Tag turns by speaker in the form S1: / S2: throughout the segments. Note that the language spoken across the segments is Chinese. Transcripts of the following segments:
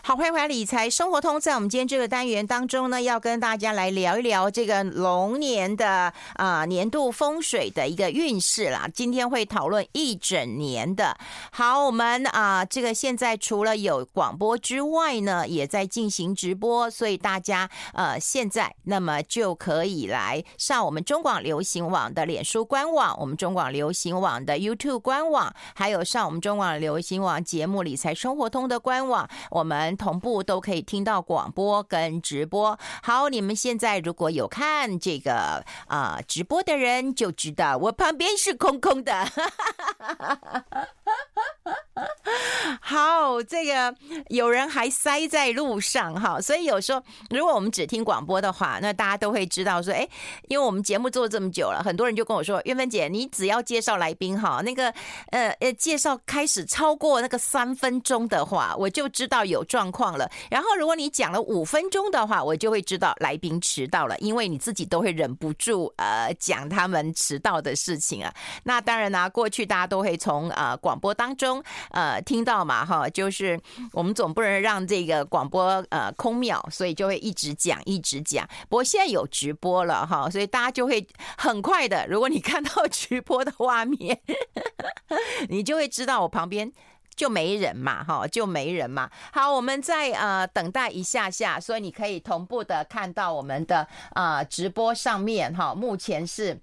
S1: 好，欢迎回来理财生活通，在我们今天这个单元当中呢，要跟大家来聊一聊这个龙年的呃年度风水的一个运势啦。今天会讨论一整年的。好，我们啊、这个现在除了有广播之外呢，也在进行直播，所以大家呃现在那么就可以来上我们中广流行网的脸书官网，我们中广流行网的 YouTube 官网，还有上我们中广流行网节目《理财生活通》的官网，我们同步都可以听到广播跟直播。好，你们现在如果有看这个啊、呃直播的人，就知道我旁边是空空的。 好，这个有人还塞在路上哈，所以有时候如果我们只听广播的话，那大家都会知道说，哎，因为我们节目做这么久了，很多人就跟我说，岳芬姐，你只要介绍来宾哈，那个呃呃，介绍开始超过那个三分钟的话，我就知道有状况了。然后如果你讲了五分钟的话，我就会知道来宾迟到了，因为你自己都会忍不住呃讲他们迟到的事情啊。那当然啦、过去大家都会从呃广播当中呃听到嘛哈，就是我们总不能让这个广播呃空秒，所以就会一直讲一直讲。不过现在有直播了哈，所以大家就会很快的，如果你看到直播的画面，你就会知道我旁边。就没人嘛，哈，就没人嘛。好，我们再呃等待一下下，所以你可以同步的看到我们的呃直播上面哈，目前是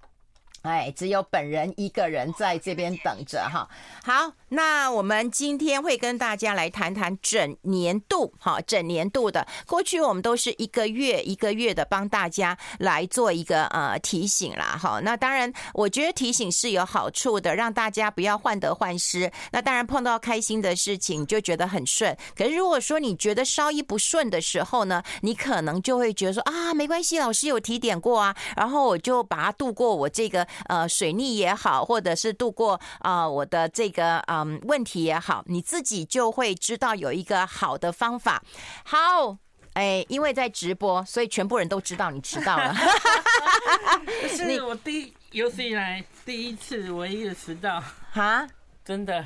S1: 哎，只有本人一个人在这边等着哈。好，那我们今天会跟大家来谈谈整年度哈，整年度的。过去我们都是一个月一个月的帮大家来做一个呃提醒啦哈。那当然，我觉得提醒是有好处的，让大家不要患得患失。那当然，碰到开心的事情你就觉得很顺。可是如果说你觉得稍一不顺的时候呢，你可能就会觉得说啊，没关系，老师有提点过啊，然后我就把它度过我这个呃水逆也好，或者是度过啊、呃我的这个嗯、问题也好，你自己就会知道有一个好的方法。好。哎，因为在直播，所以全部人都知道你迟到了。
S2: 是我第一有史以来第一次唯一的迟到，
S1: 哈，
S2: 真的。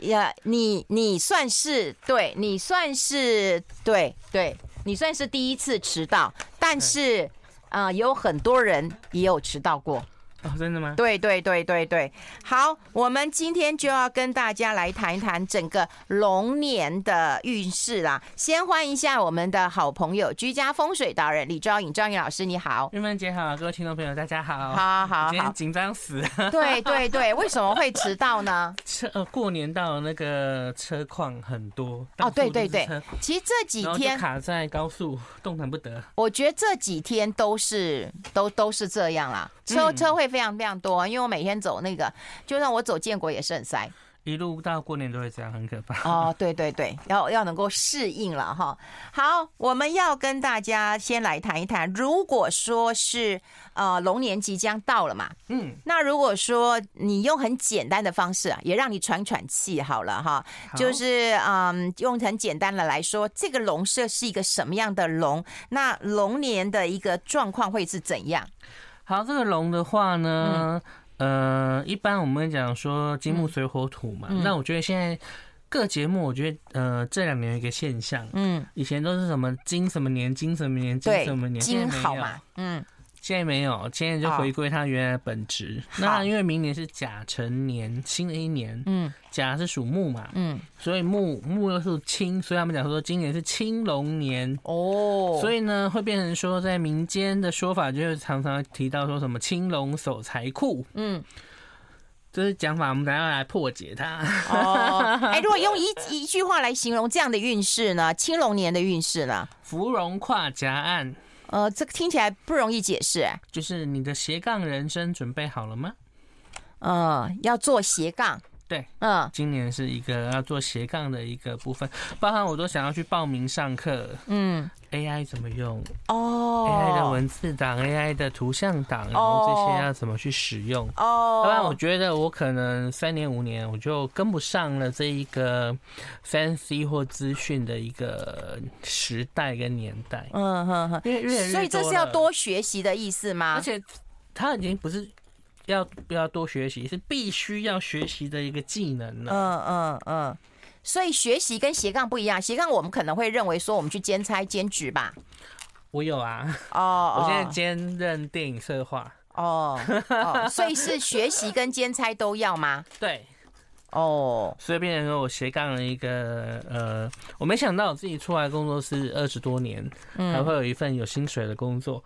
S1: 呀，你你算是对，你算是对对，你算是第一次迟到，但是呃，有很多人也有迟到过。
S2: 哦，真的吗？
S1: 对对对对对，好，我们今天就要跟大家来谈一谈整个龙年的运势啦。先欢迎一下我们的好朋友居家风水达人李昭颖，昭颖老师你好。
S2: 玉芬姐好，各位听众朋友大家好。
S1: 好好
S2: 今天
S1: 好，
S2: 紧张死 了，
S1: 对对对，为什么会迟到呢？
S2: 车呃过年到那个车况很多
S1: 哦，对对，对
S2: 到处都是车
S1: 其实这几
S2: 然后就
S1: 天
S2: 卡在高速，动弹不得。
S1: 我觉得这几天都是都都是这样啦，车
S2: 嗯
S1: 车会非常非常多，因为我每天走那个，就算我走建国也是很塞。
S2: 一路到过年都会这样，很可怕。
S1: 哦，对对对，要要能够适应了哈。好，我们要跟大家先来谈一谈，如果说是呃龙年即将到了嘛，
S2: 嗯，
S1: 那如果说你用很简单的方式啊，也让你喘喘气好了哈，
S2: 好
S1: 就是嗯，用很简单的来说，这个龙社是一个什么样的龙？那龙年的一个状况会是怎样？
S2: 好，这个龙的话呢，呃，一般我们讲说金木水火土嘛，
S1: 嗯
S2: 那我觉得现在各节目，我觉得呃这两年有一个现象，
S1: 嗯，
S2: 以前都是什么金什么年，金什么年，金
S1: 对
S2: 什么，年，现
S1: 金
S2: 在
S1: 好
S2: 没有，
S1: 嘛，嗯，
S2: 现在没有，现在就回归它原来的本质。
S1: 好
S2: 那因为明年是甲辰年，新的一年，
S1: 嗯
S2: 甲是属木嘛，
S1: 嗯，
S2: 所以木木又是青，所以他们讲说今年是青龙年。
S1: 哦，
S2: 所
S1: 以
S2: 以呢，会变成说，在民间的说法，就是常常提到说什么“青龙守财库”，
S1: 嗯，
S2: 这是讲法，我们等一下来破解它。
S1: 哦，哎，如果用一一句话来形容这样的运势呢，青龙年的运势呢，
S2: 芙蓉跨夹岸，
S1: 呃，这个听起来不容易解释、哎
S2: 就是你的斜杠人生准备好了吗？
S1: 嗯，要做斜杠，
S2: 对，
S1: 嗯
S2: 今年是一个要做斜杠的一个部分，包含我都想要去报名上课
S1: 嗯，
S2: ，AI 怎么用、
S1: 哦
S2: a i 的文字档、AI 的图像档，然后这些要怎么去使用。
S1: 哦，
S2: 要不然我觉得我可能三年五年我就跟不上了这一个 fancy 或资讯的一个时代跟年代，
S1: 嗯哼哼，
S2: 因为越来越
S1: 所以这
S2: 多
S1: 是要
S2: 了
S1: 多啊学习的意思吗
S2: 而？且他已经不是要不要多学习，是必须要学习的一个技能了。
S1: 嗯嗯嗯，所以学习跟斜杠不一样，斜杠我们可能会认为说我们去兼差兼职吧。
S2: 我有啊，
S1: 哦哦，
S2: 我现在兼任电影策划，
S1: 哦哦，所以是学习跟兼差都要吗？
S2: 对，
S1: 哦，
S2: 所以变成说我斜杠了一个呃，我没想到我自己出来工作是二十多年，还会有一份有薪水的工作，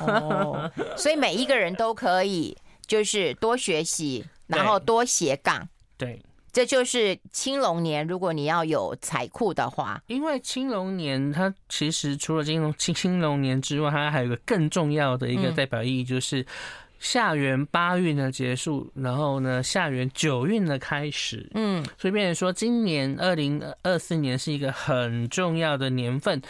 S1: 哦，所以每一个人都可以，就是多学习，然后
S2: 对
S1: 多斜杠。
S2: 对。
S1: 这就是青龙年，如果你要有财库的话，
S2: 因为青龙年，它其实除了金龙 青青龙年之外，它还有一个更重要的一个
S1: 嗯
S2: 代表意义，就是下元八运的结束，然后呢下元九运的开始。
S1: 嗯，
S2: 所以变成说，今年二零呃二四年是一个很重要的年份。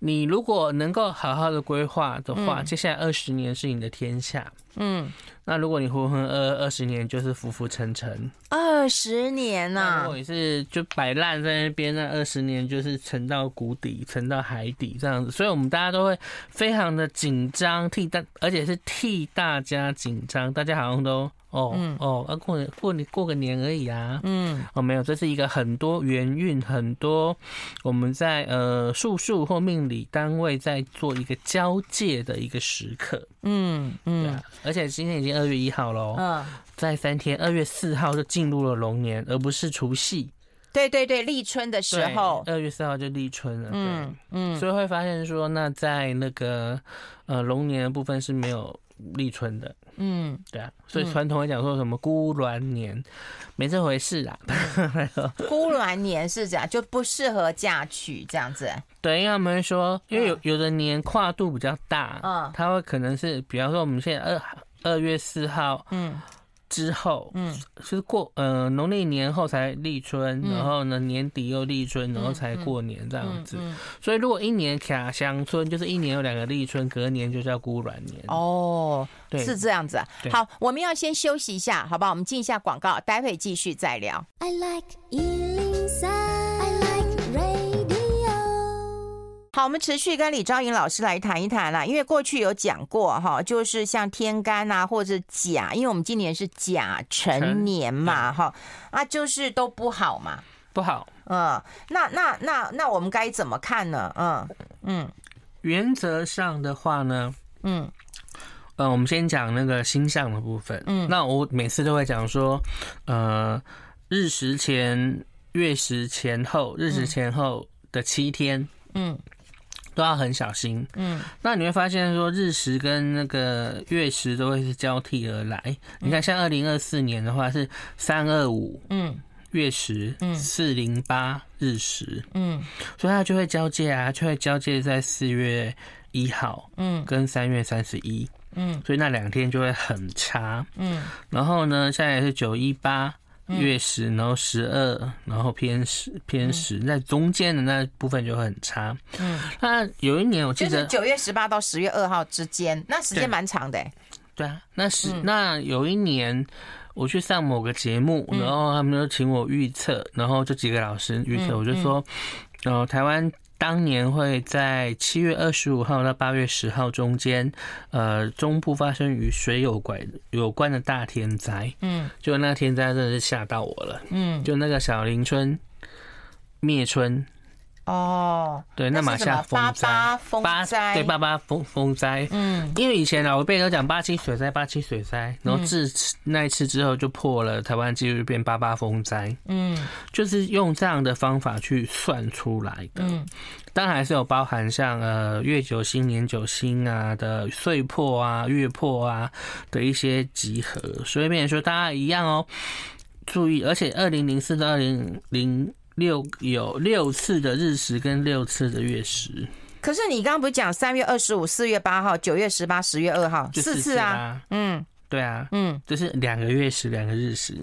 S2: 你如果能够好好的规划的话，
S1: 嗯
S2: 接下来二十年是你的天下。
S1: 嗯，
S2: 那如果你浑浑噩呃噩二十年，就是浮浮沉沉。
S1: 二十年啊
S2: 那如
S1: 呐、
S2: 果你是就摆烂在那边，那二十年就是沉到谷底，沉到海底这样子。所以我们大家都会非常的紧张，替大，而且是替大家紧张。大家好像都哦、哦，啊过年过年过个年而已啊，
S1: 嗯
S2: 哦，没有，这是一个很多元运，很多我们在呃术数或命理单位在做一个交界的一个时刻，
S1: 嗯
S2: 对
S1: 嗯
S2: 啊。而且今天已经二月一号喽，
S1: 嗯，
S2: 在三天，二月四号就进入了龙年，而不是除夕
S1: 对对对，立春的时候，
S2: 二月四号就立春了，对。
S1: 嗯嗯，
S2: 所以会发现说，那在那个呃龙年的部分是没有立春的，
S1: 嗯，
S2: 对啊，所以传统会讲说什么孤鸾年，没这回事啊啦。
S1: 孤鸾年是这样，就不适合嫁娶这样子，
S2: 对，因为他们会说，因为有
S1: 嗯
S2: 有的年跨度比较大，
S1: 嗯
S2: 它会可能是，比方说我们现在二二月四号
S1: 嗯
S2: 之后，
S1: 嗯
S2: 是过呃农历年后才立春，
S1: 嗯
S2: 然后呢年底又立春，然后才
S1: 嗯
S2: 过年这样
S1: 嗯
S2: 子。
S1: 嗯，
S2: 所以如果一年卡乡村，就是一年有两个立春，隔年就叫孤鸾年。，
S1: 哦，
S2: 对，
S1: 是这样子啊。
S2: 对
S1: 好，我们要先休息一下，好吧？我们进一下广告，待会继续再聊。
S3: I like Ealing Sound. I like radio.
S1: 好，我们持续跟李昭颖老师来谈一谈啦，因为过去有讲过哈，就是像天干啊，或者甲，因为我们今年是甲辰年嘛，哈，啊，就是都不好嘛，
S2: 不好。
S1: 嗯，那那那那我们该怎么看呢？嗯嗯
S2: 原则上的话呢，
S1: 嗯
S2: 呃，我们先讲那个星象的部分。
S1: 嗯
S2: 那我每次都会讲说，呃，日食前、月食前后、日食前后的七天
S1: 嗯
S2: 都要很小心。
S1: 嗯
S2: 那你会发现说，日食跟那个月食都会是交替而来。你看，像二零二四年的话是三二五
S1: 嗯
S2: 月食，四零八日食，
S1: 嗯
S2: 所以它就会交界啊，就会交界在四月一号
S1: 嗯
S2: 跟三月三十一。
S1: 嗯
S2: 所以那两天就会很差。
S1: 嗯
S2: 然后呢，现在是九一八月十，然后十二，然后偏十偏十，在中间的那部分就会很差。
S1: 嗯，
S2: 那有一年我记
S1: 就
S2: 得
S1: 是，九月十八到十月二号之间，那时间
S2: 对
S1: 蛮长的欸、
S2: 对啊，那是、
S1: 嗯
S2: 那有一年。我去上某个节目，
S1: 嗯
S2: 然后他们就请我预测，然后就几个老师预测，
S1: 嗯
S2: 我就说，呃，台湾当年会在七月二十五号到八月十号中间，呃，中部发生与水有关有关的大天灾。
S1: 嗯
S2: 就那天灾真的是吓到我了，
S1: 嗯，
S2: 就那个小林村灭村，
S1: 哦，
S2: 对，那马
S1: 是什
S2: 下
S1: 么
S2: 风
S1: 八
S2: 灾，
S1: 八风灾，
S2: 对八八风风灾。
S1: 嗯
S2: 因为以前老一辈都讲八七水灾，八七水灾，然后
S1: 嗯
S2: 自此那一次之后就破了台湾纪录，变八八风灾，
S1: 嗯
S2: 就是用这样的方法去算出来的。
S1: 嗯
S2: 当然还是有包含像呃月九星、年九星啊的岁破啊、月破啊的一些集合，所以变成说大家一样哦，注意，而且二零零四到二零零六有六次的日食跟六次的月食，
S1: 可是你刚刚不是讲三月二十五、四月八号、九月十八、十月二号
S2: 就
S1: 四
S2: 次
S1: 次啊？
S2: 啊，
S1: 嗯
S2: 对啊。
S1: 嗯，
S2: 就是两个月食，两个日食，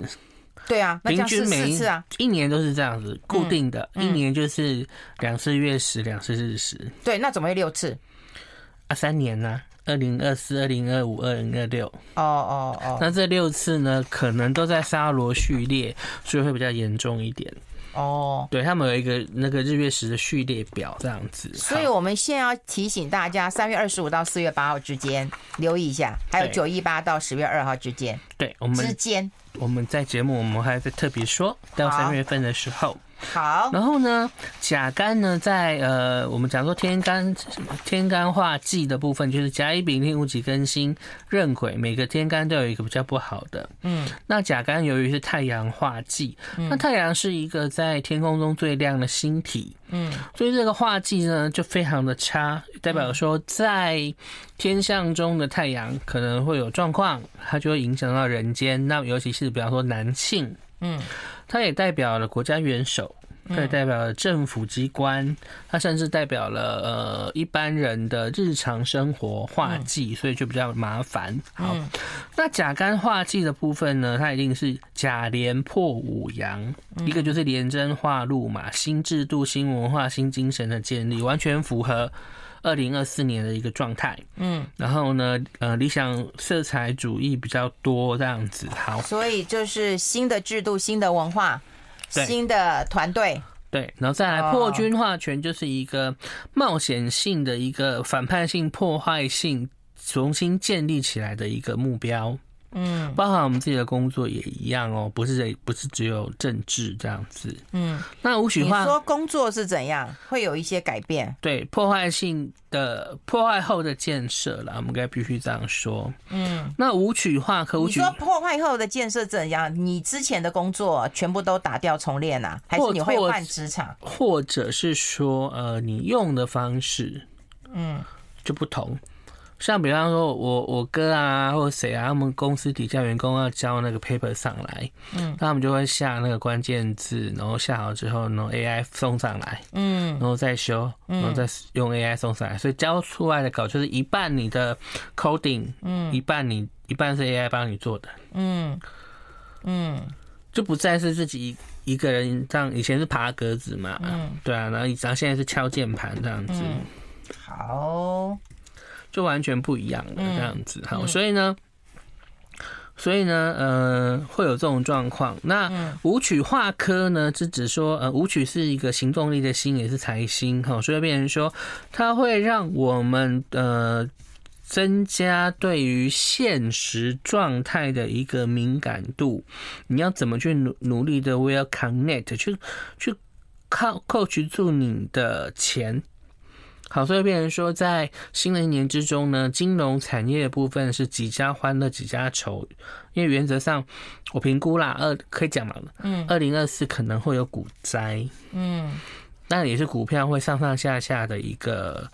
S1: 对啊，那这
S2: 平
S1: 样是
S2: 均每
S1: 四
S2: 一
S1: 次啊？
S2: 一年都是这样子固定的，
S1: 嗯
S2: 一年就是两次月食，两次日食
S1: 对，那怎么会六次？
S2: 啊，三年呢、二零二四、二零二五、二零二六，
S1: 哦哦哦
S2: 那这六次呢，可能都在沙罗序列，所以会比较严重一点。
S1: 哦。
S2: 对他们有一个那个日月食的序列表这样子，
S1: 所以
S2: 好
S1: 我们现在要提醒大家，三月二十五到四月八号之间留意一下，还有
S2: 对
S1: 九一八到十月二号之间
S2: 对我
S1: 之
S2: 们
S1: 间。
S2: 我们在节目我们还在特别说到
S1: 好
S2: 三月份的时候，
S1: 好，
S2: 然后呢，甲肝呢，在呃，我们讲说天干天干化忌的部分，就是甲乙丙丁戊己庚辛壬癸，每个天干都有一个比较不好的。
S1: 嗯，
S2: 那甲肝由于是太阳化忌，那太阳是一个在天空中最亮的星体，
S1: 嗯，
S2: 所以这个化忌呢就非常的差，代表说在天象中的太阳可能会有状况，它就会影响到人间。那尤其是比方说男性，
S1: 嗯，
S2: 它也代表了国家元首。它也代表了政府机关，它甚至代表了呃一般人的日常生活化忌，所以就比较麻烦。好，那甲肝化忌的部分呢，它一定是甲连破五阳，一个就是廉贞化禄嘛，新制度、新文化、新精神的建立，完全符合二零二四年的一个状态。
S1: 嗯，
S2: 然后呢，呃，理想色彩主义比较多这样子。好，
S1: 所以就是新的制度、新的文化、
S2: 对
S1: 新的团队，
S2: 对，然后再来
S1: 哦
S2: 破军化权就是一个冒险性的一个反叛性、破坏性重新建立起来的一个目标。
S1: 嗯
S2: 包含我们自己的工作也一样哦，不是不是只有政治这样子。
S1: 嗯，
S2: 那吴许
S1: 你
S2: 化
S1: 说工作是怎样？会有一些改变？
S2: 对破坏性的破坏后的建设啦，我们应该必须这样说。
S1: 嗯，
S2: 那舞曲化可舞
S1: 你
S2: 曲
S1: 说破坏后的建设怎样？你之前的工作全部都打掉重练啊？还是你会
S2: 或
S1: 换职场？
S2: 或者是说，呃，你用的方式，
S1: 嗯，
S2: 就不同。像比方说我，我哥啊，或者谁啊，他们公司底下员工要交那个 paper 上来，
S1: 嗯，
S2: 他们就会下那个关键字，然后下好之后，然后 AI 送上来，
S1: 嗯
S2: 然后再修，然后再用 AI 送上来，所以交出来的稿就是一半你的 coding，嗯，一半你一半是 AI 帮你做的，
S1: 嗯嗯
S2: 就不再是自己一一个人这样。以前是爬格子嘛，
S1: 嗯，
S2: 对啊，然后然后现在是敲键盘这样子，
S1: 嗯，好，
S2: 就完全不一样了，
S1: 嗯
S2: 这样子。好，所以呢，所以呢，呃，会有这种状况。
S1: 嗯
S2: 那武曲化科呢，是指说，呃，武曲是一个行动力的心，也是财星，哈，所以变成说，它会让我们呃。增加对于现实状态的一个敏感度，你要怎么去努努力的 will connect 去去靠 coach 住你的钱，好，所以变成说，在新的一年之中呢，金融产业的部分是几家欢乐几家愁，因为原则上我评估啦，二可以讲嘛，
S1: 嗯
S2: 二零二四可能会有股灾，
S1: 嗯
S2: 那也是股票会上上下下的一个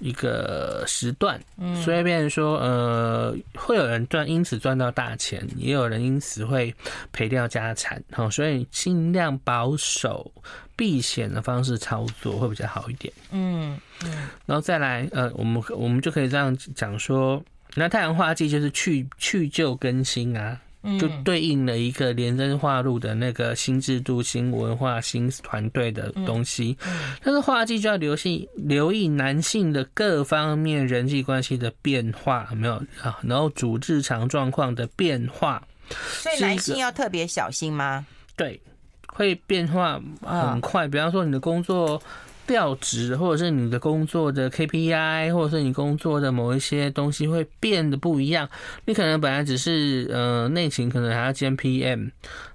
S2: 一个时段，
S1: 嗯
S2: 所以变成说，呃，会有人赚，因此赚到大钱，也有人因此会赔掉家产，好、所以尽量保守避险的方式操作会比较好一点。
S1: 嗯
S2: 然后再来，呃，我们我们就可以这样讲说，那太阳化忌就是去去旧更新啊，
S1: 嗯，
S2: 就对应了一个连贞化禄的那个新制度、新文化、新团队的东西。但是化忌就要留意留意男性的各方面人际关系的变化，有没有啊？然后主日常状况的变化，
S1: 所以
S2: 是一
S1: 男
S2: 个
S1: 性要特别小心吗？
S2: 对，会变化
S1: 嗯
S2: 很快。比方说你的工作调职，或者是你的工作的 KPI，或者是你工作的某一些东西会变得不一样。你可能本来只是呃内勤，可能还要兼 PM，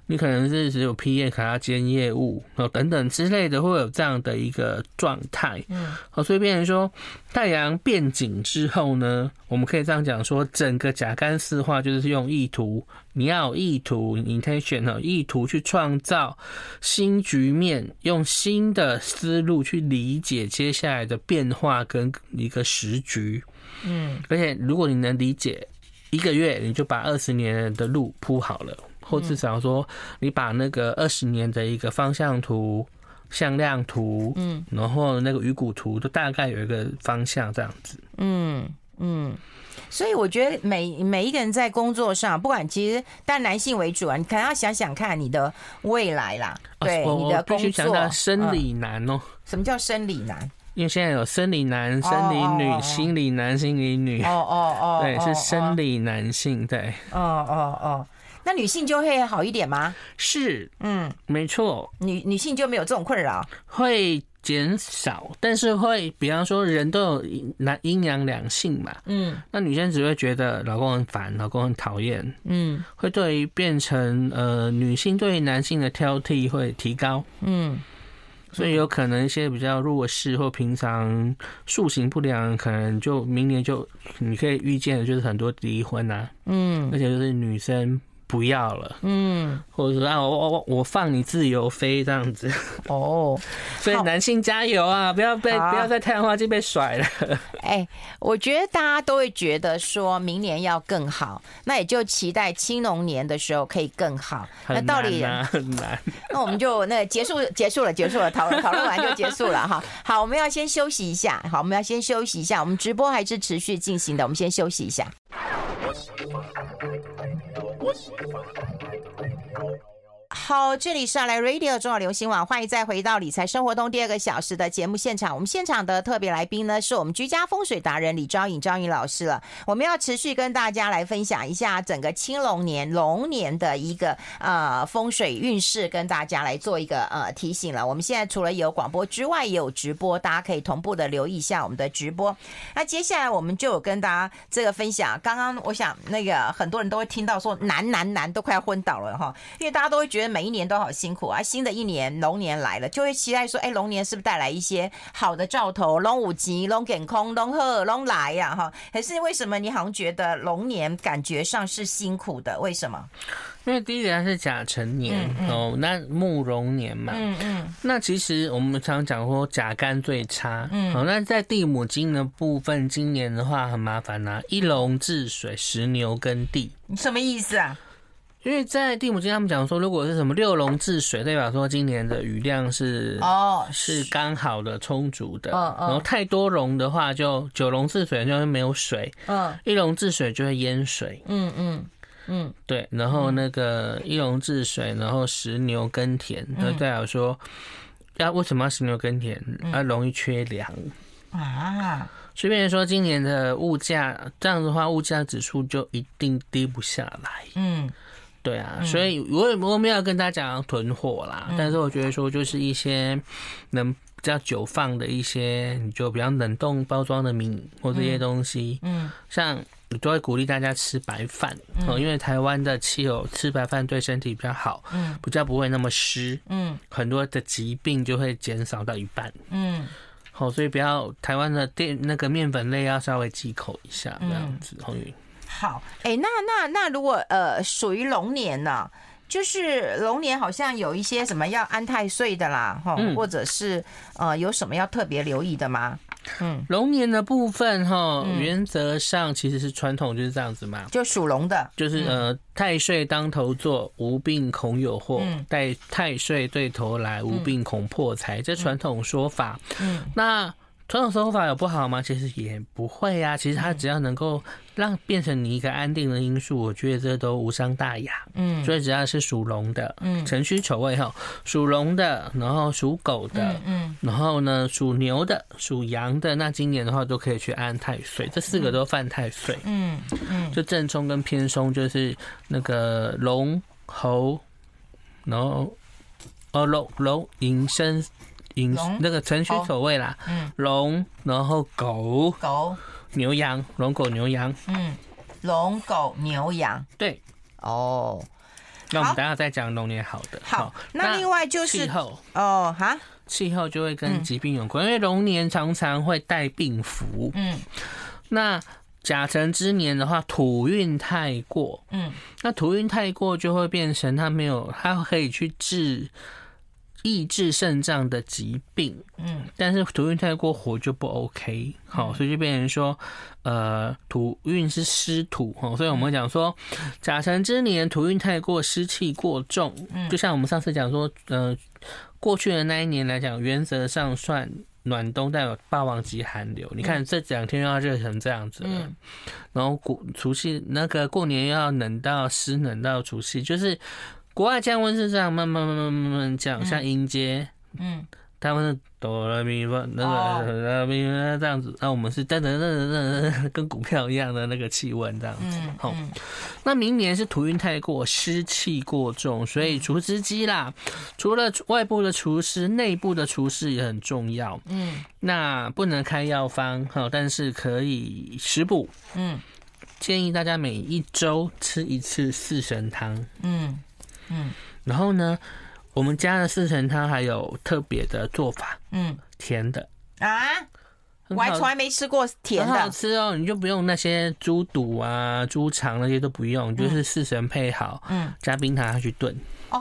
S2: 你可能是只有 PM，可能要兼业务哦等等之类的，会有这样的一个状态。
S1: 嗯，
S2: 哦，所以变成说太阳变紧之后呢，我们可以这样讲说，整个甲干四化就是用意图，你要有意图 intention 哦，意图去创造新局面，用新的思路去理解接下来的变化跟一个时局。
S1: 嗯，
S2: 而且如果你能理解一个月，你就把二十年的路铺好了。或至少说，你把那个二十年的一个方向图、向量图，
S1: 嗯，
S2: 然后那个鱼骨图都大概有一个方向这样子。
S1: 嗯，嗯，所以我觉得每每一个人在工作上，不管其实但男性为主啊，你可能要想想看你的未来啦，对
S2: 哦我
S1: 你
S2: 我
S1: 的
S2: 必须
S1: 工
S2: 讲
S1: 作
S2: 到生、
S1: 嗯
S2: 理男哦，
S1: 什么叫生理男？
S2: 因为现在有生理男、生理女、
S1: 哦哦哦
S2: 心理男、心理女
S1: 哦，哦哦，
S2: 对，是生
S1: 理，
S2: 理男性，对，
S1: 哦哦哦，那女性就会好一点吗？
S2: 是
S1: 嗯，
S2: 没错，
S1: 女女性就没有这种困扰，
S2: 会减少，但是会，比方说人都有阴男阴阳两性嘛，
S1: 嗯
S2: 那女生只会觉得老公很烦，老公很讨厌，
S1: 嗯
S2: 会对于变成呃女性对于男性的挑剔会提高，
S1: 嗯
S2: 所以有可能一些比较弱势或平常塑形不良，可能就明年就你可以预见的就是很多离婚啊，
S1: 嗯
S2: 而且就是女生不要了，
S1: 嗯，
S2: 或者说啊我我我我放你自由飞这样子，
S1: 哦，
S2: 所以男性加油啊，不要被
S1: 好
S2: 不要在太阳花季被甩了。
S1: 哎、我觉得大家都会觉得说明年要更好，那也就期待青龙年的时候可以更好。 那
S2: 很
S1: 道
S2: 难
S1: 理
S2: 啊，很难。
S1: 那我们就那个结束结束了，结束了，讨论讨论完就结束了哈。好，我们要先休息一下，好，我们要先休息一下，我们直播还是持续进行的，我们先休息一下。好，这里是啊阿来 Radio 中国流行网，欢迎再回到理财生活通第二个小时的节目现场。我们现场的特别来宾呢，是我们居家风水达人李昭颖昭颖老师了。我们要持续跟大家来分享一下整个青龙年龙年的一个呃风水运势，跟大家来做一个呃提醒了。我们现在除了有广播之外，也有直播，大家可以同步的留意一下我们的直播。那接下来我们就有跟大家这个分享。刚刚我想那个很多人都会听到说难难难，都快要昏倒了哈，因为大家都会觉得每一年都好辛苦啊。新的一年龙年来了，就会期待说，哎，龙年是不是带来一些好的兆头？龙五级、龙健空、龙鹤、龙来呀、哈。可是为什么你好像觉得龙年感觉上是辛苦的？为什么？
S2: 因为第一个它是甲辰年、哦，那慕容年嘛，
S1: 嗯嗯
S2: 那其实我们常讲说甲肝最差，
S1: 嗯
S2: 嗯，好，那在地母金的部分，今年的话很麻烦啦、一龙治水，十牛耕地。
S1: 你什么意思啊？
S2: 因为在地母金，他们讲说，如果是什么六龙治水，代表说今年的雨量是
S1: 哦，
S2: 是刚好的、充足的。
S1: 嗯嗯
S2: 然后太多龙的话就，九龙治水就会没有水，
S1: 嗯
S2: 一龙治水就会淹水。
S1: 嗯嗯嗯
S2: 对，然后那个一龙治水，然后石牛耕田，那
S1: 嗯
S2: 代表说，要、为什么要石牛耕田？啊，容易缺粮。
S1: 啊，
S2: 随便说，今年的物价这样的话，物价指数就一定低不下来。
S1: 嗯嗯
S2: 对啊，所以我也我没有跟大家讲囤货啦，但是我觉得说就是一些能。比较久放的一些，你就比较冷冻包装的米或这些东西，
S1: 嗯
S2: 像我都会鼓励大家吃白饭哦，因为台湾的气候吃白饭对身体比较好，
S1: 嗯
S2: 比较不会那么湿，
S1: 嗯
S2: 很多的疾病就会减少到一半。
S1: 嗯
S2: 好、所以不要台湾的淀那个面粉类要稍微忌口一下，这样子。哦红宇、
S1: 好，哎、那那那如果呃属于龙年呢、就是龙年好像有一些什么要安太岁的啦，哈、
S2: 嗯
S1: 或者是呃有什么要特别留意的吗？
S2: 龙年的部分哈、原则上其实是传统就是这样子嘛，
S1: 就属龙的，
S2: 就是呃太岁当头坐，无病恐有祸
S1: 嗯；
S2: 带、太岁对头来，无病恐破财。这传统说法，
S1: 嗯
S2: 那传统手法有不好吗？其实也不会啊。其实
S1: 嗯
S2: 它只要能够让变成你一个安定的因素，我觉得这都无伤大雅。
S1: 嗯
S2: 所以只要是属龙的，
S1: 嗯
S2: 辰戌丑未后，属龙的，然后属狗的，
S1: 嗯
S2: 然后呢属牛的、属羊的，那今年的话都可以去安太岁，这四个都犯太岁，
S1: 嗯嗯
S2: 就正冲跟偏冲，就是那个龙猴，然后哦龙龙寅申寅
S1: 龙
S2: 那个辰戌
S1: 猴
S2: 丑未啦。
S1: 嗯，
S2: 龙，然后狗、
S1: 狗，
S2: 牛羊、龙狗、牛羊。
S1: 嗯，龙狗牛羊，
S2: 对，
S1: 哦，
S2: 那我
S1: 好
S2: 们等一下再讲龙年好的。
S1: 好，那另外就是
S2: 气候，
S1: 哦哈，
S2: 气候就
S1: 嗯
S2: 会跟疾病有关，因为龙年常常会带病符。
S1: 嗯
S2: 那甲辰之年的话，土运太过，
S1: 嗯
S2: 那土运太过就会变成它没有，它可以去治。抑制肾脏的疾病，
S1: 嗯
S2: 但是土运太过火就不 OK，好、所以就变成说，呃，土运是湿土哦，所以我们会讲说，
S1: 嗯
S2: 甲辰之年土运太过，湿气过重，
S1: 嗯
S2: 就像我们上次讲说，呃，过去的那一年来讲，原则上算暖冬，但有霸王级寒流，你看这两天又要热成这样子了，
S1: 嗯
S2: 然后过除夕那个过年又要冷到湿冷到除夕，就是国外降温是这样慢慢慢慢慢慢降，像迎接。
S1: 嗯
S2: 他们是哆来咪发那
S1: 哦
S2: 个哆来咪发这样子，那我们是噔噔噔噔噔噔，跟股票一样的那个气温这样子。
S1: 嗯
S2: 好，那明年是土运太过，湿气过重，所
S1: 嗯
S2: 以除湿机啦，除了外部的除湿，内部的除湿也很重要。
S1: 嗯
S2: 那不能开药方哈，但是可以食补，
S1: 嗯
S2: 建议大家每一周吃一次四神汤。
S1: 嗯
S2: 然后呢，我们家的四神汤还有特别的做法，
S1: 嗯
S2: 甜的，
S1: 啊，
S2: 很
S1: 我还
S2: 好
S1: 从来没吃过甜
S2: 很好
S1: 的，
S2: 吃哦，你就不用那些猪肚啊、猪肠那些都不用，就是四神配好，
S1: 嗯，
S2: 加冰糖下去炖，
S1: 哦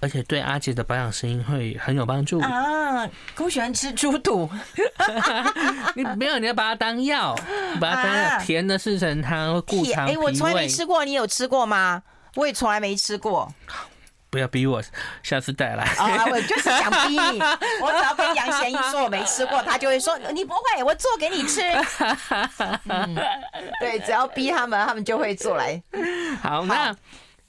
S2: 而且对阿姐的保养声音会很有帮助。
S1: 啊，可我喜欢吃猪肚，
S2: 你没有，你要把它 当药，把它当
S1: 啊
S2: 药，甜的四神汤会顾
S1: 甜，
S2: 肠
S1: 哎，
S2: 脾
S1: 我从来没
S2: 胃。
S1: 吃过，你有吃过吗？我也从来没吃 过
S2: 不要逼我，下次带来。
S1: 啊！我就是想逼你，我只要跟杨贤一说我没吃过，他就会说你不会，我做给你 吃。嗯对，只要逼他们，他们就会做来。
S2: 好，那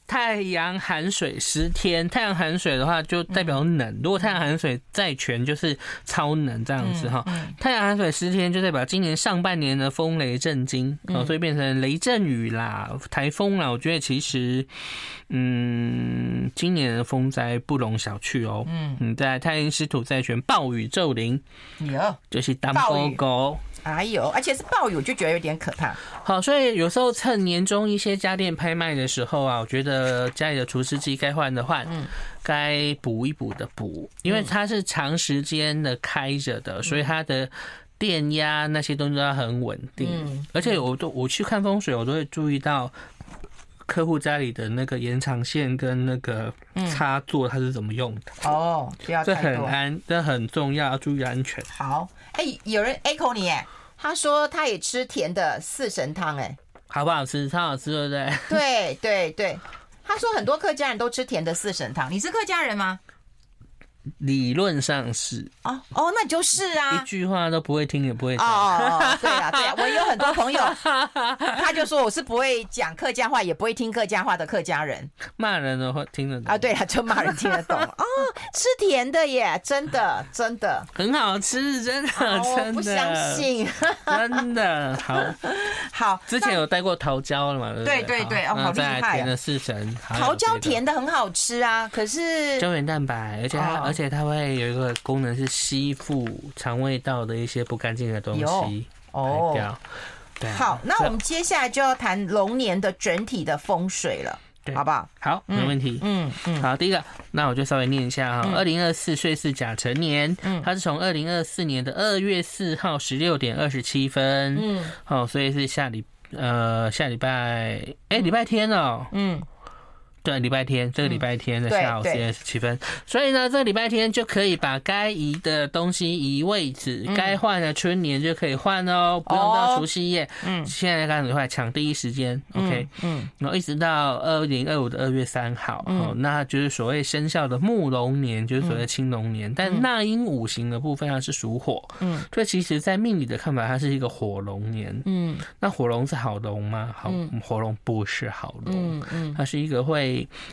S2: 太阳寒水十天，太阳寒水的话就代表冷，如果太阳寒水再全就是超冷这样子哈。太阳寒水十天就代表今年上半年的风雷震惊哦，所以变成雷阵雨啦、台风啦。我觉得其实，嗯，今年的风灾不容小觑哦。嗯，你在太阴湿土再全，暴雨骤临，
S1: 有，
S2: 就是当
S1: 暴
S2: 狗
S1: 雨
S2: 狗。
S1: 哎呦，而且是暴雨，我就觉得有点可怕。
S2: 好，所以有时候趁年终一些家电拍卖的时候啊，我觉得家里的除湿机该换的换，该补一补的补，因为它是长时间的开着的，所以它的电压那些东西都要很稳定。
S1: 嗯
S2: 而且我都我去看风水，我都会注意到客户家里的那个延长线跟那个插座它是怎么用的，
S1: 哦，不要
S2: 这
S1: 太
S2: 很
S1: 多。
S2: 安，这很重要，要注意安全。
S1: 好，哎、有人 echo 你哎，他说他也吃甜的四神汤哎，
S2: 好不好吃？超好吃，对不对？
S1: 对对对，他说很多客家人都吃甜的四神汤，你是客家人吗？
S2: 理论上是。
S1: 哦哦，那就是
S2: 一
S1: 啊。
S2: 句话都不会听也不会
S1: 哦
S2: 讲。
S1: 哦， 哦对啊，对啊，我有很多朋友，他就说我是不会讲客家话，也不会听客家话的客家人
S2: 骂人的话听得懂
S1: 啊。，对啊，就骂人听 得懂哦，吃甜的耶，真的真 的，
S2: 很好吃，真的，
S1: 哦我
S2: 真的，
S1: 不相，信。
S2: 真的好。
S1: 好，
S2: 之前有带过桃胶了嘛？对不
S1: 对对对哦
S2: 那
S1: 好厉
S2: 再来
S1: 害啊
S2: 甜的四神，好
S1: 桃胶
S2: 有这个
S1: 甜的很好吃啊，可是
S2: 胶原蛋白，而且它、
S1: 哦
S2: 而且它会有一个功能是吸附肠胃道的一些不干净的东西，排掉。对
S1: 哦
S2: 啊，
S1: 好，那
S2: 这
S1: 我们接下来就要谈龙年的整体的风水了，
S2: 对
S1: 好不好？
S2: 好没问题。
S1: 嗯嗯，
S2: 好，第一个，那我就稍微念一下哈、2二零二四岁是甲辰年，
S1: 嗯
S2: 它是从二零二四年的二月四号十六点二十七分，嗯，哦，所以是下礼呃下礼拜，哎、礼拜天哦，
S1: 嗯，
S2: 对，礼拜天，这个礼拜天的
S1: 对
S2: 下午
S1: 对
S2: 四点二十七分，所以呢，这个礼拜天就可以把该移的东西移位置，该换的春联就可以换哦，不用
S1: 嗯哦
S2: 到除夕夜，
S1: 嗯
S2: 现在开始换，抢第一时间，OK，
S1: 嗯，
S2: 然后一直到二零二五的二月三号，哦，那就是所谓生肖的木龙年，就
S1: 嗯
S2: 是所谓青龙年。但那英五行的部分它是属火，
S1: 嗯，
S2: 所以其实在命理的看法，它是一个火龙年。
S1: 嗯
S2: 那火龙是好龙吗？好，火龙不是好龙，
S1: 嗯嗯
S2: 它是一个会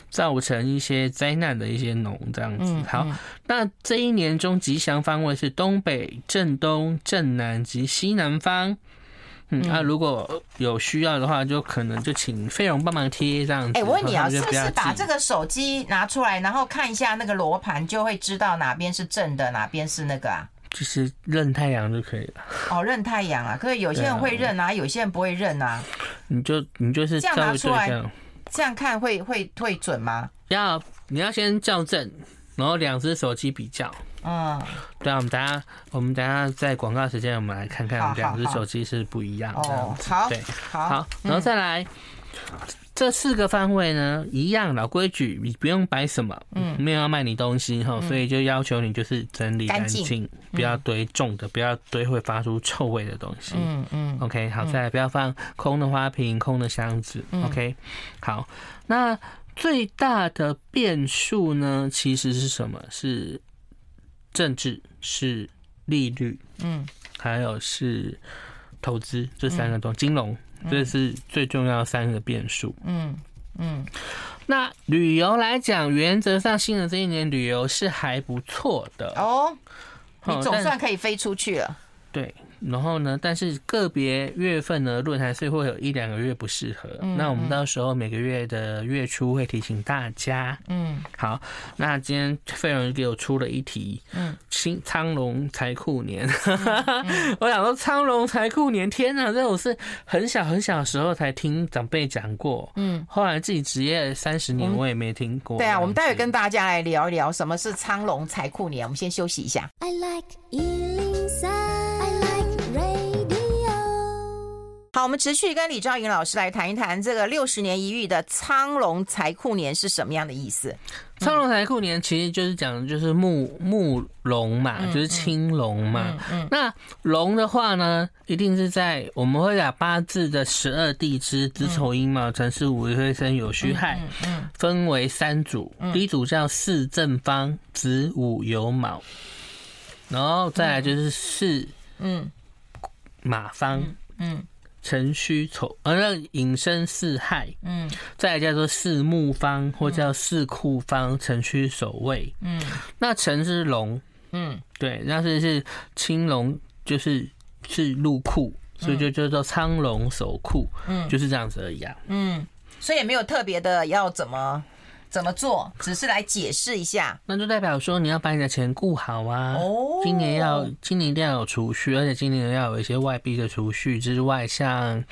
S2: 造成一些灾难的一些龙这样子
S1: 嗯。
S2: 好，那这一年中吉祥方位是东北、正东、正南及西南方。嗯，那、如果有需要的话，就可能就请费用帮忙贴这样子。
S1: 哎、我问你啊，
S2: 然后
S1: 是
S2: 就
S1: 不
S2: 比较
S1: 是把
S2: 近
S1: 这个手机拿出来，然后看一下那个罗盘，就会知道哪边是正的，哪边是那个啊？
S2: 就是认太阳就可以了？
S1: 哦，认太阳啊，可是有些人会认啊，有些人不会认啊，
S2: 你就你就是
S1: 这样
S2: 稍
S1: 拿
S2: 微
S1: 出
S2: 对
S1: 来
S2: 象，
S1: 这样看会会会准吗？
S2: 要你要先校正，然后两只手机比较。
S1: 嗯，
S2: 对啊，我们等下我们等下在广告时间，我们来看看我
S1: 好
S2: 们两只
S1: 好好
S2: 手机是不一样这样
S1: 哦，
S2: 子。
S1: 好
S2: 对，
S1: 好嗯
S2: 好，然后再来。这四个方位呢，一样老规矩，你不用摆什么，嗯，没有要卖你东西哈，所以就要求你就是整理
S1: 嗯干
S2: 干
S1: 净嗯
S2: 净，不要堆重的，不要堆会发出臭味的东西。
S1: 嗯嗯嗯
S2: OK，好，再来不要放空的花瓶、空的箱子。OK，好，那最大的变数呢，其实是什么？是政治，是利率，
S1: 嗯，
S2: 还有是投资这三个东金融，这是最重要的三个变数。
S1: 嗯嗯，
S2: 那旅游来讲，原则上新的这一年旅游是还不错的，
S1: 哦，
S2: 哦
S1: 你总
S2: 但
S1: 算可以飞出去了。
S2: 对，然后呢，但是个别月份呢，论坛是会有一两个月不适合。
S1: 嗯
S2: 那我们到时候每个月的月初会提醒大家。
S1: 嗯，
S2: 好，那今天费荣给我出了一题，嗯，新苍龙财库年，
S1: 嗯
S2: 我想说苍龙财库年，天哪，这我是很小很小的时候才听长辈讲过，嗯，后来自己职业三十年我也没听过。
S1: 对啊，我们待会
S2: 这样子
S1: 跟大家来聊一聊什么是苍龙财库年。我们先休息一下。
S3: I like Ealing Sound. I like radio.
S1: 好，我们持续跟李兆颖老师来谈一谈这个六十年一遇的苍龙财库年是什么样的意思。
S2: 苍龙财库年其实就是讲就是木木龙嘛，
S1: 嗯
S2: 就是青龙嘛。那龙的话呢，一定是在我们会把八字的十二地支子丑寅
S1: 嗯
S2: 卯辰巳午未申酉戌亥分为三组，
S1: 嗯
S2: 第一组叫四正方子午酉卯，然后再来就是四
S1: 嗯
S2: 马方
S1: 嗯
S2: 辰戌丑，呃，那引申四亥，
S1: 嗯
S2: 再来叫做四木方或叫四库方辰戌守卫。
S1: 嗯
S2: 那辰是龙，
S1: 嗯
S2: 对，那是是青龙，就是是入库，所以就就叫做苍龙守库，
S1: 嗯
S2: 就是这样子而已啊。
S1: 嗯，所以也没有特别的要怎么怎么做，只是来解释一下。
S2: 那就代表说你要把你的钱顾好啊。
S1: 哦
S2: 今年要今年一定要有储蓄，而且今年要有一些外币的储蓄之外，像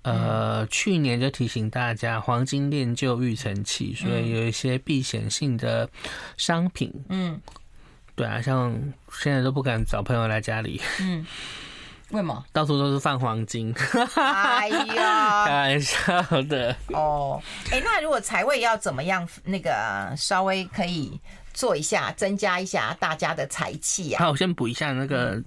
S2: 呃、去年就提醒大家黄金炼就育成器，所以有一些避险性的商品，
S1: 嗯
S2: 对啊，像现在都不敢找朋友来家里，
S1: 嗯，为什么？
S2: 到处都是放黄金，
S1: 哎
S2: 开
S1: 呀，
S2: 玩笑的。
S1: 哦，哎、那如果财位要怎么样？那个稍微可以做一下，增加一下大家的财气啊呀、
S2: 好，我先补一下那
S1: 嗯
S2: 个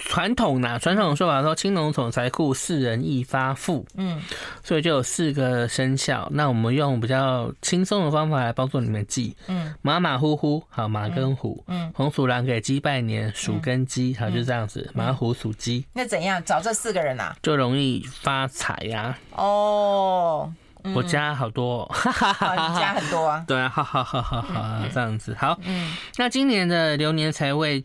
S2: 传统呐、传统说法说青龙总财库四人一发富，
S1: 嗯
S2: 所以就有四个生肖。那我们用比较轻松的方法来帮助你们记，
S1: 嗯
S2: 马马虎虎，好马跟虎，
S1: 嗯，
S2: 红鼠狼给鸡拜年，鼠跟鸡，好就这样子，马虎鼠鸡
S1: 那怎样找这四个人啊？
S2: 就容易发财呀、
S1: 哦，
S2: 我家好 多、哦，哈哈
S1: 啊
S2: 哈
S1: 你家
S2: 哈。
S1: 很多啊。
S2: 对啊，哈哈哈哈哈，这样子好。
S1: 嗯
S2: 那今年的流年财位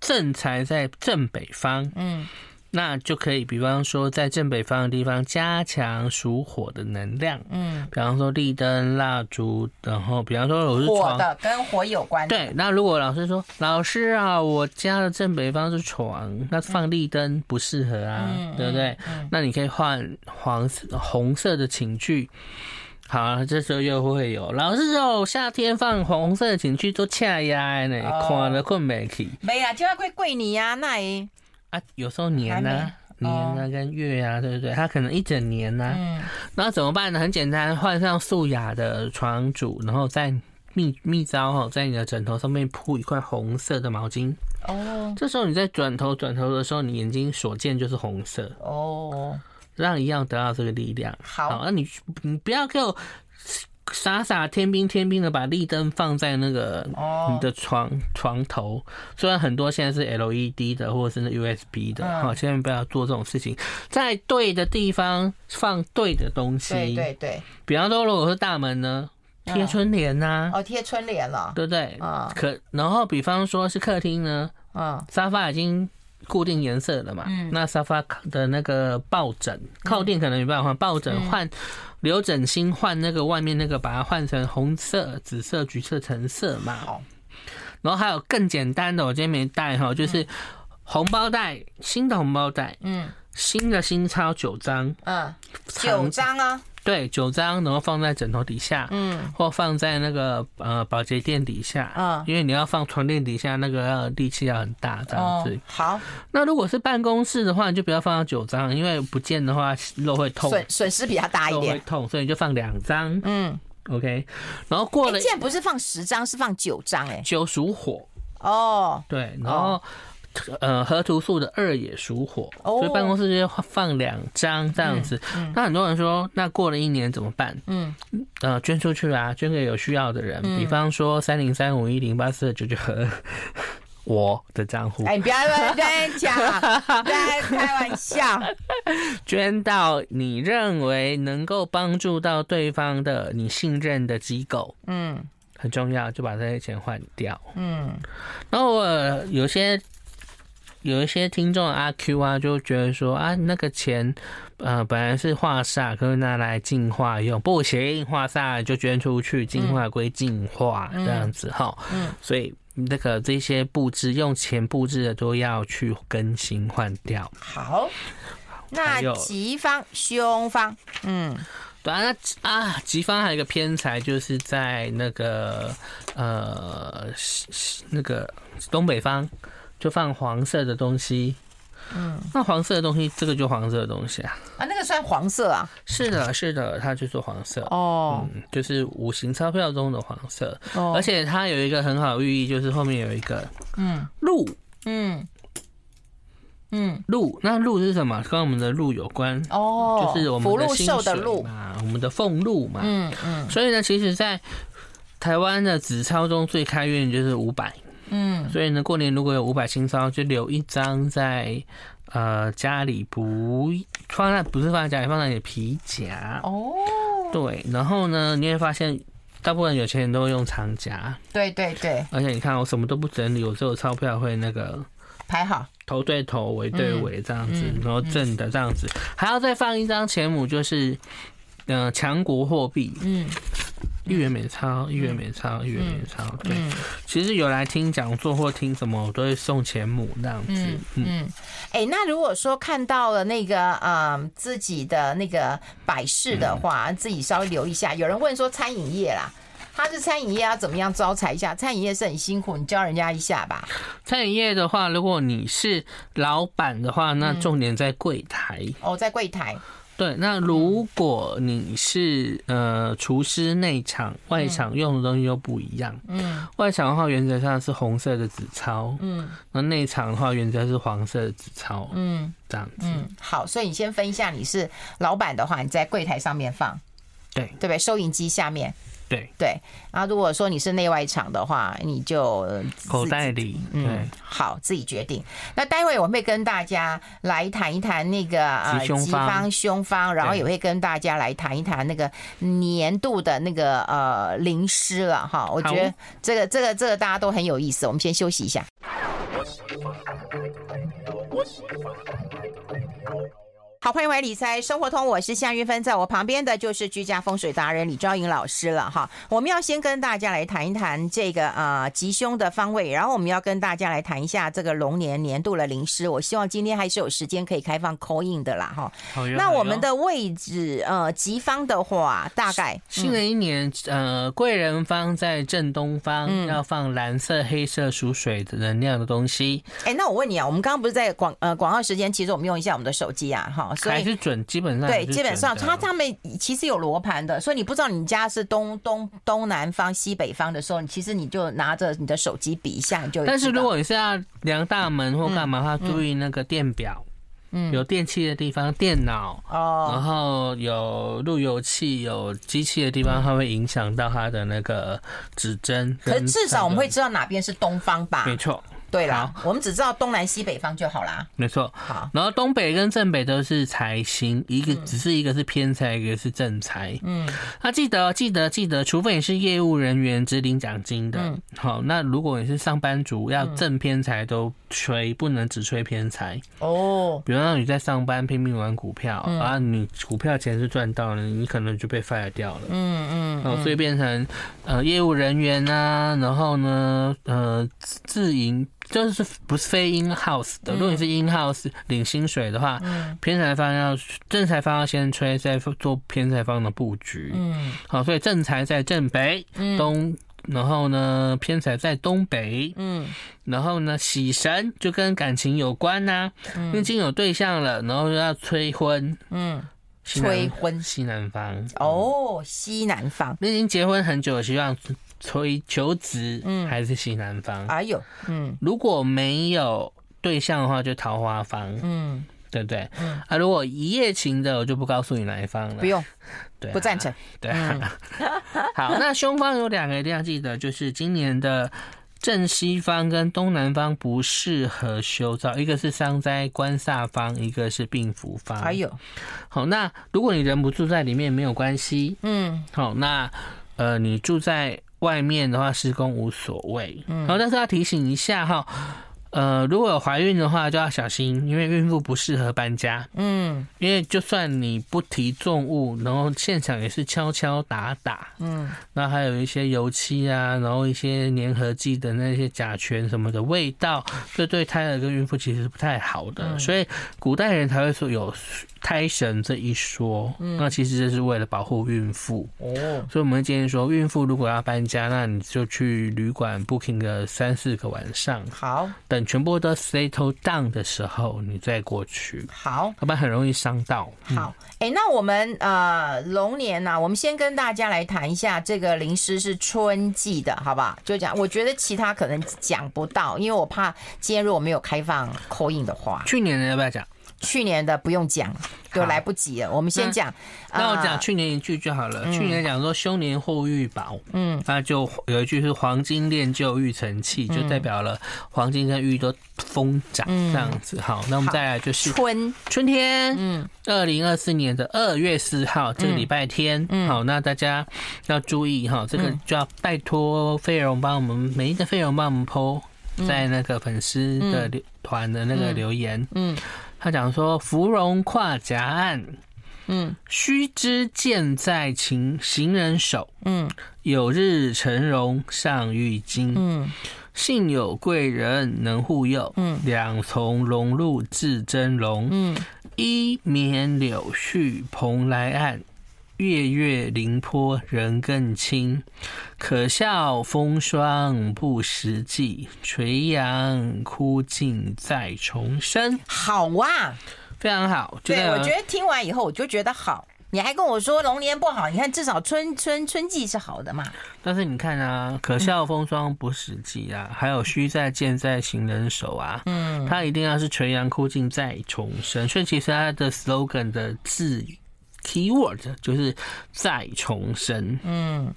S2: 正财在正北方，
S1: 嗯
S2: 那就可以，比方说在正北方的地方加强属火的能量，
S1: 嗯，
S2: 比方说立灯、蜡烛，然后比方说我是
S1: 火
S2: 床。
S1: 的跟火有关的。
S2: 对，那如果老师说老师啊，我家的正北方是床，那放立灯不适合啊，
S1: 嗯
S2: 对不对？
S1: 嗯
S2: 那你可以换黄色、红色的寝具。好、啊，这时候又会有老师哦，夏天放红色的寝具都恰压呢，
S1: 哦
S2: 看了困不起。
S1: 没啊啦，就要贵贵你呀、那也
S2: 啊，有时候年
S1: 还
S2: 呢、
S1: 没
S2: 年
S1: 哦
S2: 呢、跟月啊，对不对？它可能一整年呢、
S1: 嗯
S2: 那怎么办呢？很简单，换上素雅的床主，然后在密密糟哈，在你的枕头上面铺一块红色的毛巾。
S1: 哦
S2: 这时候你在转头转头的时候，你眼睛所见就是红色，
S1: 哦，
S2: 让一样得到这个力量。
S1: 好
S2: 那你你不要给我傻傻天兵天兵的把立灯放在那个
S1: 哦
S2: 你的床床头，虽然很多现在是 LED 的或者是那 USB 的，
S1: 嗯
S2: 好、千万不要做这种事情，在对的地方放对的东西。
S1: 对对对，
S2: 比方说，如果是大门呢，
S1: 嗯
S2: 贴春联呐、
S1: 哦贴春联了，
S2: 对不对？
S1: 嗯
S2: 可然后比方说是客厅呢，
S1: 嗯
S2: 沙发已经固定颜色了嘛，
S1: 嗯
S2: 那沙发的那个抱枕靠垫可能没办法换，抱枕换
S1: 嗯
S2: 留枕芯换那个外面那个，把它换成红色、紫色、橘色、橙色嘛。
S1: 好，
S2: 然后还有更简单的，我今天没带哈，就是红包袋，新的红包袋，
S1: 嗯
S2: 新的新钞九张，
S1: 嗯，九张啊，
S2: 对，九张，然后放在枕头底下，
S1: 嗯
S2: 或放在那个呃保洁垫底下，
S1: 嗯
S2: 因为你要放床垫底下，那个要力气要很大这样
S1: 哦
S2: 子。
S1: 好，
S2: 那如果是办公室的话，你就不要放到九张，因为不见的话肉会痛，
S1: 损损失比较大一
S2: 肉会
S1: 点。
S2: 痛，所以你就放两张
S1: 嗯，
S2: ，OK。然后过
S1: 哎
S2: 了
S1: 现在不是放十张，是放九张哎。
S2: 九属火，
S1: 哦，
S2: 对，然后。呃，河图素的二也属火，
S1: 哦
S2: 所以办公室就放两张这样子。那很多人说，那过了一年怎么办？
S1: 嗯
S2: 呃，捐出去啊，捐给有需要的人，比方说三零三五一零八四九九和我的账户
S1: 哎，你不要乱乱 讲，在开玩笑。
S2: 捐到你认为能够帮助到对方的你信任的机构，
S1: 嗯
S2: 很重要，就把这些钱换掉。
S1: 嗯
S2: 然后我有些有一些听众阿 Q 啊，就觉得说啊，那个钱，呃，本来是化煞，可是拿来净化用，不行，化煞就捐出去，净化归净化，这样子哈。
S1: 嗯，
S2: 所以那个这些布置用钱布置的都要去更新换掉。
S1: 好。那
S2: 还有
S1: 吉方、凶方，嗯，
S2: 对啊，那啊，吉方还有一个偏财，就是在那个呃西西那个东北方，就放黄色的东西。嗯，那黄色的东西，这个就黄色的东西啊。
S1: 啊，那个算黄色啊，
S2: 是的，是的，它就是黄色。
S1: 哦
S2: 嗯，就是五行钞票中的黄色，
S1: 哦，
S2: 而且它有一个很好的寓意，就是后面有一个
S1: 嗯
S2: 鹿，
S1: 嗯嗯，
S2: 鹿，那鹿是什么？跟我们的鹿有关，
S1: 哦，
S2: 就是我们
S1: 福
S2: 的
S1: 禄
S2: 薪
S1: 寿的
S2: 水
S1: 禄，
S2: 嘛，我们的俸禄嘛。
S1: 嗯嗯
S2: 所以呢，其实，在台湾的纸钞中最开运就是五百，
S1: 嗯，
S2: 所以呢，过年如果有五百新钞，就留一张在呃家里不，放在不是放在家里，放在你的皮夹。
S1: 哦，
S2: 对，然后呢，你会发现。大部分有钱人都会用长夹，
S1: 对对对，
S2: 而且你看我什么都不整理，我只有钞票会那个
S1: 排好，
S2: 头对头、尾对尾这样子
S1: 嗯嗯，
S2: 然后正的这样子，还要再放一张钱母，就是嗯、呃强国货币，
S1: 嗯
S2: 一元美钞、一元美钞、一元美钞。对，
S1: 嗯
S2: 其实有来听讲座或听什么，我都会送钱母那样子。
S1: 嗯
S2: 嗯，
S1: 嗯，哎、那如果说看到了那个嗯自己的那个摆饰的
S2: 嗯
S1: 话，自己稍微留意一下。有人问说餐饮业啦。他是餐饮业要怎么样招财一下？餐饮业是很辛苦，你教人家一下吧。
S2: 餐饮业的话，如果你是老板的话，那重点在柜台。
S1: 哦，在柜台，
S2: 对，那如果你是呃厨师，内场、外场用的东西又不一样。
S1: 嗯
S2: 外场的话，原则上是红色的纸钞；
S1: 嗯
S2: 那内场的话，原则是黄色的纸钞。
S1: 嗯
S2: 这样子，
S1: 嗯，好，所以你先分一下，你是老板的话，你在柜台上面放，
S2: 对
S1: 对不对？收银机下面，
S2: 对，
S1: 对。然后如果说你是内外场的话，你就呃
S2: 口
S1: 自
S2: 袋里，对
S1: 嗯，，好，自己决定。那待会我会跟大家来谈一谈那个呃
S2: 吉凶方
S1: 方、凶方，然后
S2: 对
S1: 也会跟大家来谈一谈那个年度的那个呃灵师了哈。我觉得
S2: 好
S1: 这个这个这个大家都很有意思，我们先休息一下。好，欢迎回来理财生活通，我是夏云芬，在我旁边的就是居家风水达人李昭颖老师了哈。我们要先跟大家来谈一谈这个呃吉凶的方位，然后我们要跟大家来谈一下这个龙年年度的灵师。我希望今天还是有时间可以开放 call in 的啦哈。
S2: 好哟
S1: 那
S2: 好
S1: 我们
S2: 哟
S1: 的位置呃吉方的话，大概
S2: 新
S1: 嗯
S2: 的一年，呃，贵人方在正东方，
S1: 嗯
S2: 要放蓝色、黑色属水的能量的东西，
S1: 哎、那我问你啊，我们刚刚不是在广呃广告时间，其实我们用一下我们的手机啊哈，所
S2: 还
S1: 以。
S2: 是准，基本上还
S1: 对，
S2: 是
S1: 基本上
S2: 准
S1: 它
S2: 的
S1: 上面其实有罗盘的，所以你不知道你家是东东东南方、西北方的时候，你其实你就拿着你的手机比一下，你就会知道。
S2: 但是如果你是要量大门或干嘛的话，注意那个电表，
S1: 嗯
S2: 有电器的地方，电脑。然
S1: 哦，
S2: 后有路由器、有机器的地方，它会影响到它的那个指针跟它
S1: 可
S2: 的。
S1: 是至少我们会知道哪边是东方吧？
S2: 没错，
S1: 对啦，我们只知道东南西北方就好啦。
S2: 没错。
S1: 好，
S2: 然后东北跟正北都是财星，一个只是一个是偏财，一个是正财。
S1: 嗯
S2: 那、记得哦记得记得，除非你是业务人员只领奖金的，
S1: 嗯
S2: 好，那如果你是上班族，要正偏财都吹，不能只吹偏财。
S1: 哦，
S2: 比方说你在上班拼命玩股票，
S1: 嗯
S2: 啊，你股票钱是赚到了，你可能就被 fire 掉了。
S1: 嗯嗯
S2: 哦，所以变成呃业务人员啊，然后呢，呃自自营就是不是非 in house 的，如果你是 in house 领薪水的话，
S1: 嗯
S2: 偏财方要正财方要先吹，再做偏财方的布局。
S1: 嗯
S2: 好，所以正财在正北、
S1: 嗯
S2: 东，然后呢偏财在东北，
S1: 嗯
S2: 然后呢喜神就跟感情有关呐、因为已经有对象了，然后又要催婚，
S1: 嗯，
S2: 西南
S1: 催婚
S2: 西南方，
S1: 哦，西南方，
S2: 你已经结婚很久，希望催求职，
S1: 嗯
S2: 还是西南方。
S1: 哎呦，嗯
S2: 如果没有对象的话，就桃花方，
S1: 嗯，
S2: 对不对？
S1: 嗯
S2: 啊，如果一夜情的，我就不告诉你哪一方了，
S1: 不用，
S2: 对啊
S1: 不赞成。
S2: 对啊、 好，那胸方有两个一定要记得，就是今年的正西方跟东南方不适合修造，一个是伤灾官煞方，一个是病符方。
S1: 哎，呦，
S2: 好，那如果你人不住在里面没有关系，
S1: 嗯
S2: 好，那呃，你
S1: 嗯
S2: 住在外面的话，施工无所谓。好，但是要提醒一下哈，呃，如果有怀孕的话就要小心，因为孕妇不适合搬家。
S1: 嗯
S2: 因为就算你不提重物，然后现场也是敲敲打打，
S1: 嗯，
S2: 那还有一些油漆啊，然后一些粘合剂的那些甲醛什么的味道，这对胎儿跟孕妇其实是不太好的，所以古代人才会说有胎神这一说。那其实这是为了保护孕妇，
S1: 哦，
S2: 所以我们会建议说，孕妇如果要搬家，那你就去旅馆 booking 个三四个晚上，
S1: 好
S2: 等全部都 settle down 的时候，你再过去，
S1: 好。
S2: 要不然很容易伤到。
S1: 好，哎、那我们呃龙年呐、我们先跟大家来谈一下这个灵师是春季的，好不好？就讲，我觉得其他可能讲不到，因为我怕今天如果没有开放口音的话，
S2: 去年的要不要讲？
S1: 去年的不用讲，都
S2: 好
S1: 来不及了。我们先讲，
S2: 那我
S1: 呃
S2: 讲去年一句就好了。去年讲说凶年祸预宝，
S1: 嗯，
S2: 那就有一句是黄金炼就育成器，就代表了黄金跟玉都疯长这样子。好，那我们再来就是
S1: 春，
S2: 春天，嗯，二零二四年的二月四
S1: 嗯
S2: 号这个礼拜天，好，那大家要注意
S1: 嗯
S2: 哈，这个就要拜托费荣帮我们每一个费荣帮我们 PO 在那个粉丝的留团的那个留言，
S1: 嗯
S2: 他讲说芙蓉跨夹案。
S1: 嗯
S2: 须知剑在情行人手，
S1: 嗯
S2: 有日成荣上玉京。
S1: 嗯，
S2: 幸有贵人能护佑，
S1: 嗯
S2: 两从龙入至真龙，
S1: 嗯，
S2: 一绵柳絮蓬莱岸，月月临波人更清。可笑风霜不实际，垂杨枯尽再重生。
S1: 好啊。
S2: 非常好，就
S1: 对，
S2: 那
S1: 我
S2: 个
S1: 觉得听完以后我就觉得好。你还跟我说龙年不好，你看至少春春春季是好的嘛。
S2: 但是你看啊，可笑风霜不实际啊，还有虚在剑在行人手啊，
S1: 嗯，
S2: 它一定要是垂杨枯尽再重生，所以其实它的 slogan 的字 keyword 就是再重生，
S1: 嗯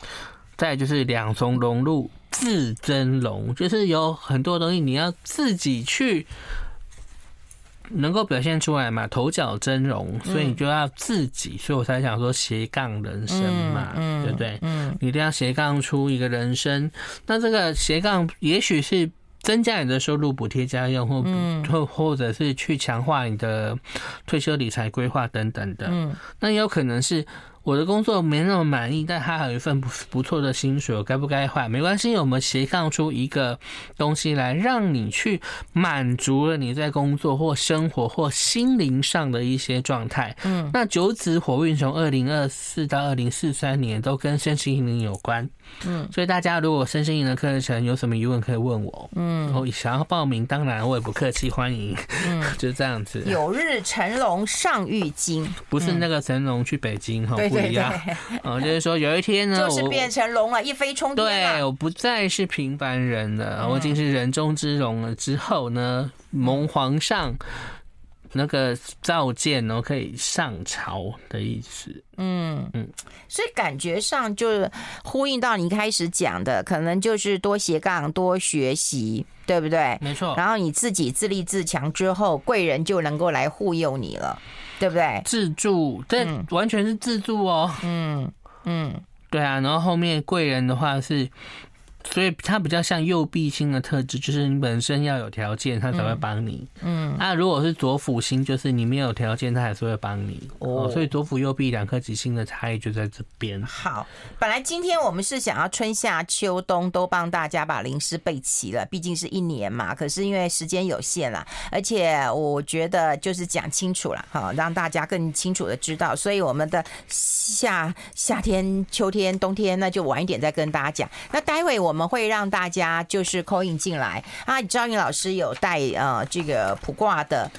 S2: 再来就是两重融入自真龙，就是有很多东西你要自己去。能够表现出来嘛，头角峥嵘，所以你就要自己，所以我才想说斜杠人生嘛，
S1: 嗯嗯
S2: 对不对？
S1: 嗯
S2: 你一定要斜杠出一个人生。那这个斜杠也许是增加你的收入，补贴家用，或
S1: 嗯
S2: 补或或者是去强化你的退休理财规划等等的。
S1: 嗯
S2: 那也有可能是我的工作没那么满意，但他还有一份不不错的薪水，我该不该换？没关系，我们斜杠出一个东西来，让你去满足了你在工作或生活或心灵上的一些状态。
S1: 嗯，
S2: 那九子火运从二零二四到二零四三年都跟身心灵有关。
S1: 嗯，
S2: 所以大家如果身心灵的课程有什么疑问，可以问我。然
S1: 嗯
S2: 后想要报名，当然我也不客气，欢迎，
S1: 嗯，
S2: 就这样子。
S1: 有日成龙上玉 京，
S2: 不是那个神龙去北京哈，
S1: 对
S2: 不
S1: 对
S2: 一样。
S1: 对，
S2: 哦，就是说有一 天呢，
S1: 就是
S2: 我
S1: 变成龙了，一飞冲天
S2: 对，
S1: 了。
S2: 我不啊再是平凡人了，我已经是人中之龙了。之后呢，蒙皇上那个召见，然后可以上朝的意思。
S1: 嗯
S2: 嗯，
S1: 所以感觉上就是呼应到你一开始讲的，可能就是多斜杠、多学习，对不对？
S2: 没错，
S1: 然后你自己自立自强之后，贵人就能够来护佑你了，对不对？
S2: 自助，这完全是自助哦。
S1: 嗯嗯
S2: 对啊，然后后面贵人的话是。所以它比较像右臂星的特质，就是你本身要有条件，它才会帮你。
S1: 嗯，
S2: 那、如果是左辅星，就是你没有条件，它还是会帮你。
S1: 哦
S2: 哦，所以左辅右臂两颗吉星的差异就在这边。
S1: 好。本来今天我们是想要春夏秋冬都帮大家把零食备齐了，毕竟是一年嘛。可是因为时间有限啦，而且我觉得就是讲清楚了，哈，让大家更清楚的知道。所以我们的夏夏天、秋天、冬天，那就晚一点再跟大家讲。那待会我们会让大家就是扣印进来啊，赵颖老师有带呃这个卜卦的。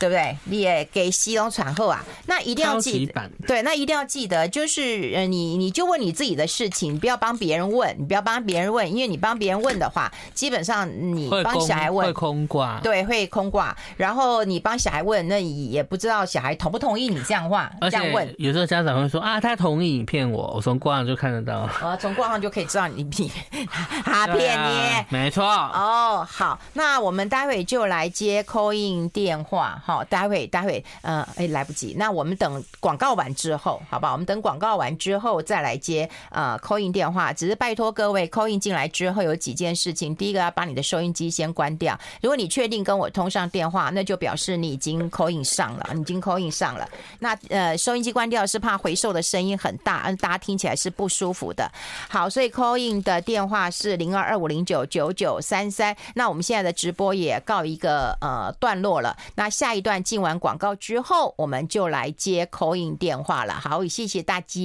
S1: 对不对？你也给西龙产后啊，那一定要
S2: 超
S1: 记
S2: 级
S1: 得，
S2: 版
S1: 对，那一定要记得，就是呃，你你就问你自己的事情，不要帮别人问，你不要帮别人问，因为你帮别人问的话，基本上你
S2: 会
S1: 帮
S2: 空
S1: 小孩
S2: 会
S1: 问。
S2: 空挂，
S1: 对，会空挂。然后你帮小孩问，那也不知道小孩同不同意你这样话，
S2: 而
S1: 这样
S2: 且
S1: 问。
S2: 有时候家长会说啊，他同意你骗我，我从挂上就看得到。
S1: 呃，从挂上就可以知道你你 哈
S2: 对
S1: 骗
S2: 啊
S1: 你。
S2: 没错。
S1: 哦，好，那我们待会就来接 call in 电话哈。好，待会待会，呃，哎，来不及，那我们等广告完之后，好不好？我们等广告完之后再来接呃 call in 电话。只是拜托各位 call in 进来之后有几件事情，第一个要把你的收音机先关掉。如果你确定跟我通上电话，那就表示你已经 call in 上了，你已经 call in 上了。那呃，收音机关掉是怕回收的声音很大，嗯，大家听起来是不舒服的。好，所以 call in 的电话是零二二五零九九九三三。那我们现在的直播也告一个呃段落了。那下一段进完广告之后，我们就来接 call in 电话了。好，谢谢大家。